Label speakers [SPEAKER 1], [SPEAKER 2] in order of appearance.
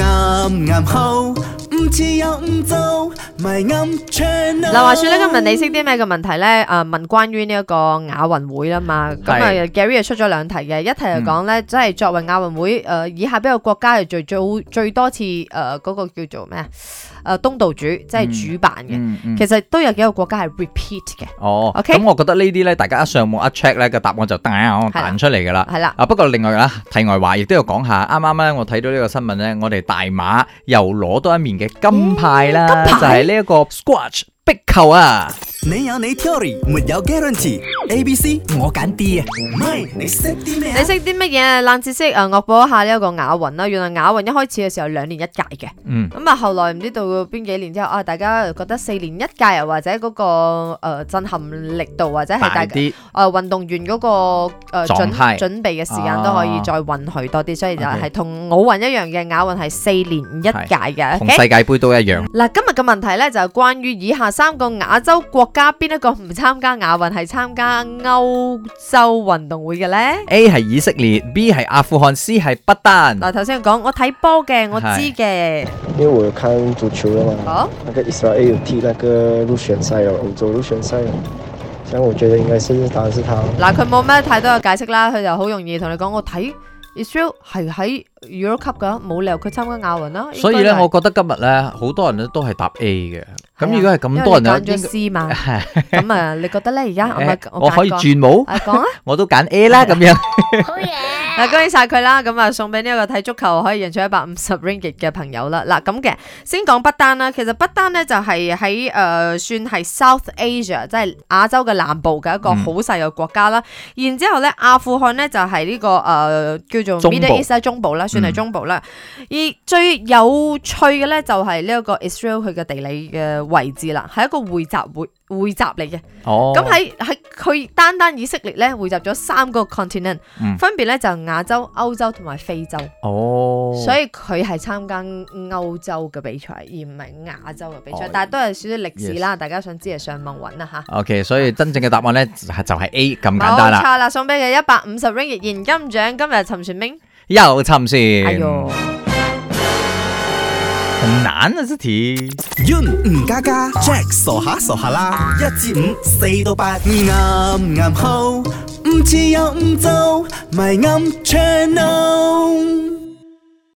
[SPEAKER 1] 啱啱好，唔似又唔做，咪啱 channel。
[SPEAKER 2] 嗱，話説咧，今日你識啲咩嘅問題咧？誒、問關於呢一個亞運會啦嘛，
[SPEAKER 3] 嗯
[SPEAKER 2] 咁啊
[SPEAKER 3] 係
[SPEAKER 2] Gary 又出咗兩題嘅，一題就講咧，即係作為亞運會誒、
[SPEAKER 3] 嗯
[SPEAKER 2] 呃以下邊個國家係最早最多次呃誒嗰、個叫做咩啊？誒、東道主即係主辦嘅，
[SPEAKER 3] 嗯嗯
[SPEAKER 2] 其實都有幾個國家係 repeat 嘅，
[SPEAKER 3] 哦
[SPEAKER 2] OK
[SPEAKER 3] 咁我覺得呢啲咧，大家一上網一 check 咧，個答案就彈
[SPEAKER 2] 係啦
[SPEAKER 3] 彈出嚟噶啦。
[SPEAKER 2] 係啦。
[SPEAKER 3] 啊，不過另外啦，題外話亦都要講下，啱啱咧我睇到呢個新聞咧，我哋大馬又攞多一面嘅金牌啦，
[SPEAKER 2] 金牌
[SPEAKER 3] 就係呢一個 squash 壁球啊。
[SPEAKER 1] 你有你 theory，沒有 guarantee。A、B、C 我揀 D 啊，唔係你識啲咩啊
[SPEAKER 2] 你？識啲乜嘢冷知識？誒、惡補一下呢一個亞運啦。原來亞運一開始嘅時候兩年一屆嘅，
[SPEAKER 3] 嗯，
[SPEAKER 2] 咁啊後來唔知到邊幾年之後啊，大家覺得四年一屆又或者嗰、個、呃、震撼力度或者係
[SPEAKER 3] 大
[SPEAKER 2] 大家。
[SPEAKER 3] 啲。
[SPEAKER 2] 誒呃運動員嗰、個誒準
[SPEAKER 3] 狀態啊
[SPEAKER 2] 準備嘅時間都可以再允許多啲，所以就
[SPEAKER 3] OK
[SPEAKER 2] 係同奧運一樣嘅亞運係四年一屆嘅。
[SPEAKER 3] 同
[SPEAKER 2] OK？
[SPEAKER 3] 世界盃都一樣。
[SPEAKER 2] 嗱，今日嘅問題咧就係關於以下三個亞洲國家邊一個唔參加亞運係參加歐洲運動會嘅咧？
[SPEAKER 3] A 係以色列，B 係阿富汗，C 係不丹。
[SPEAKER 2] 嗱，頭先講我睇波嘅，我知嘅。
[SPEAKER 4] 因为我有看足球的嘛，
[SPEAKER 2] 好，
[SPEAKER 4] 那个以色列有踢那个入选赛哦，欧洲入选赛哦，这样我觉得应该是答案是他哦。
[SPEAKER 2] 嗱，佢冇咩太多嘅解釋啦，佢就好容易同你講我睇 Israel 係喺 Euro Cup 噶，冇理由佢參加亞運啦。
[SPEAKER 3] 所以
[SPEAKER 2] 應
[SPEAKER 3] 咧，
[SPEAKER 2] 該係
[SPEAKER 3] 我覺得今日咧，好多人咧都係答 A 嘅。
[SPEAKER 2] 係啊
[SPEAKER 3] 咁如果係咁
[SPEAKER 2] 因
[SPEAKER 3] 多人
[SPEAKER 2] 為你
[SPEAKER 3] 咧，
[SPEAKER 2] 揀咗
[SPEAKER 3] 應
[SPEAKER 2] C 嘛
[SPEAKER 3] 該。 係
[SPEAKER 2] 咁啊，你覺得咧？而 家我咪
[SPEAKER 3] 誒
[SPEAKER 2] 我
[SPEAKER 3] 我可
[SPEAKER 2] 揀
[SPEAKER 3] 以
[SPEAKER 2] 過
[SPEAKER 3] 轉冇，
[SPEAKER 2] 啊，講啊！
[SPEAKER 3] 我都揀 A 啦咁樣。
[SPEAKER 2] 嗱，恭喜晒佢啦！咁啊，送俾呢一個睇足球可以贏取一百五十 ringgit 嘅朋友啦。嗱，咁嘅先講不丹啦。其實不丹咧就係喺誒算係 South Asia，即係亞洲嘅南部嘅一個
[SPEAKER 3] 嗯
[SPEAKER 2] 好細嘅國家啦。然之後咧，阿富汗咧就係呢、個誒、呃叫做
[SPEAKER 3] 中部
[SPEAKER 2] Middle East 啦中部啦，算係
[SPEAKER 3] 嗯
[SPEAKER 2] 中部啦。而最有趣嘅咧就係呢一個 Israel 佢嘅地理嘅位置啦，係一個匯集會匯集嚟嘅。
[SPEAKER 3] 哦，
[SPEAKER 2] 咁喺喺佢單單以色列咧匯集咗三個 continent，、
[SPEAKER 3] 嗯
[SPEAKER 2] 分別咧就係亞洲、歐洲同埋非洲，
[SPEAKER 3] 哦，
[SPEAKER 2] 所以佢係參加歐洲嘅比賽，而唔係亞洲嘅比賽。
[SPEAKER 3] 哦
[SPEAKER 2] 但係都係少少歷史啦，大家想知就上網揾啦嚇。
[SPEAKER 3] OK，所以真正嘅答案咧就係就係 A 咁
[SPEAKER 2] 啊冇
[SPEAKER 3] 簡單啦。
[SPEAKER 2] 錯啦，送俾佢一百五十 ringgit 現金獎。今日陳船冰，
[SPEAKER 3] 又沉船，
[SPEAKER 2] 哎呦，
[SPEAKER 3] 很難啊！這題
[SPEAKER 1] Yun 吳家家，Jack 傻下傻下啦，一至五，四到八，啱啱好，唔似又唔做，咪啱 channel。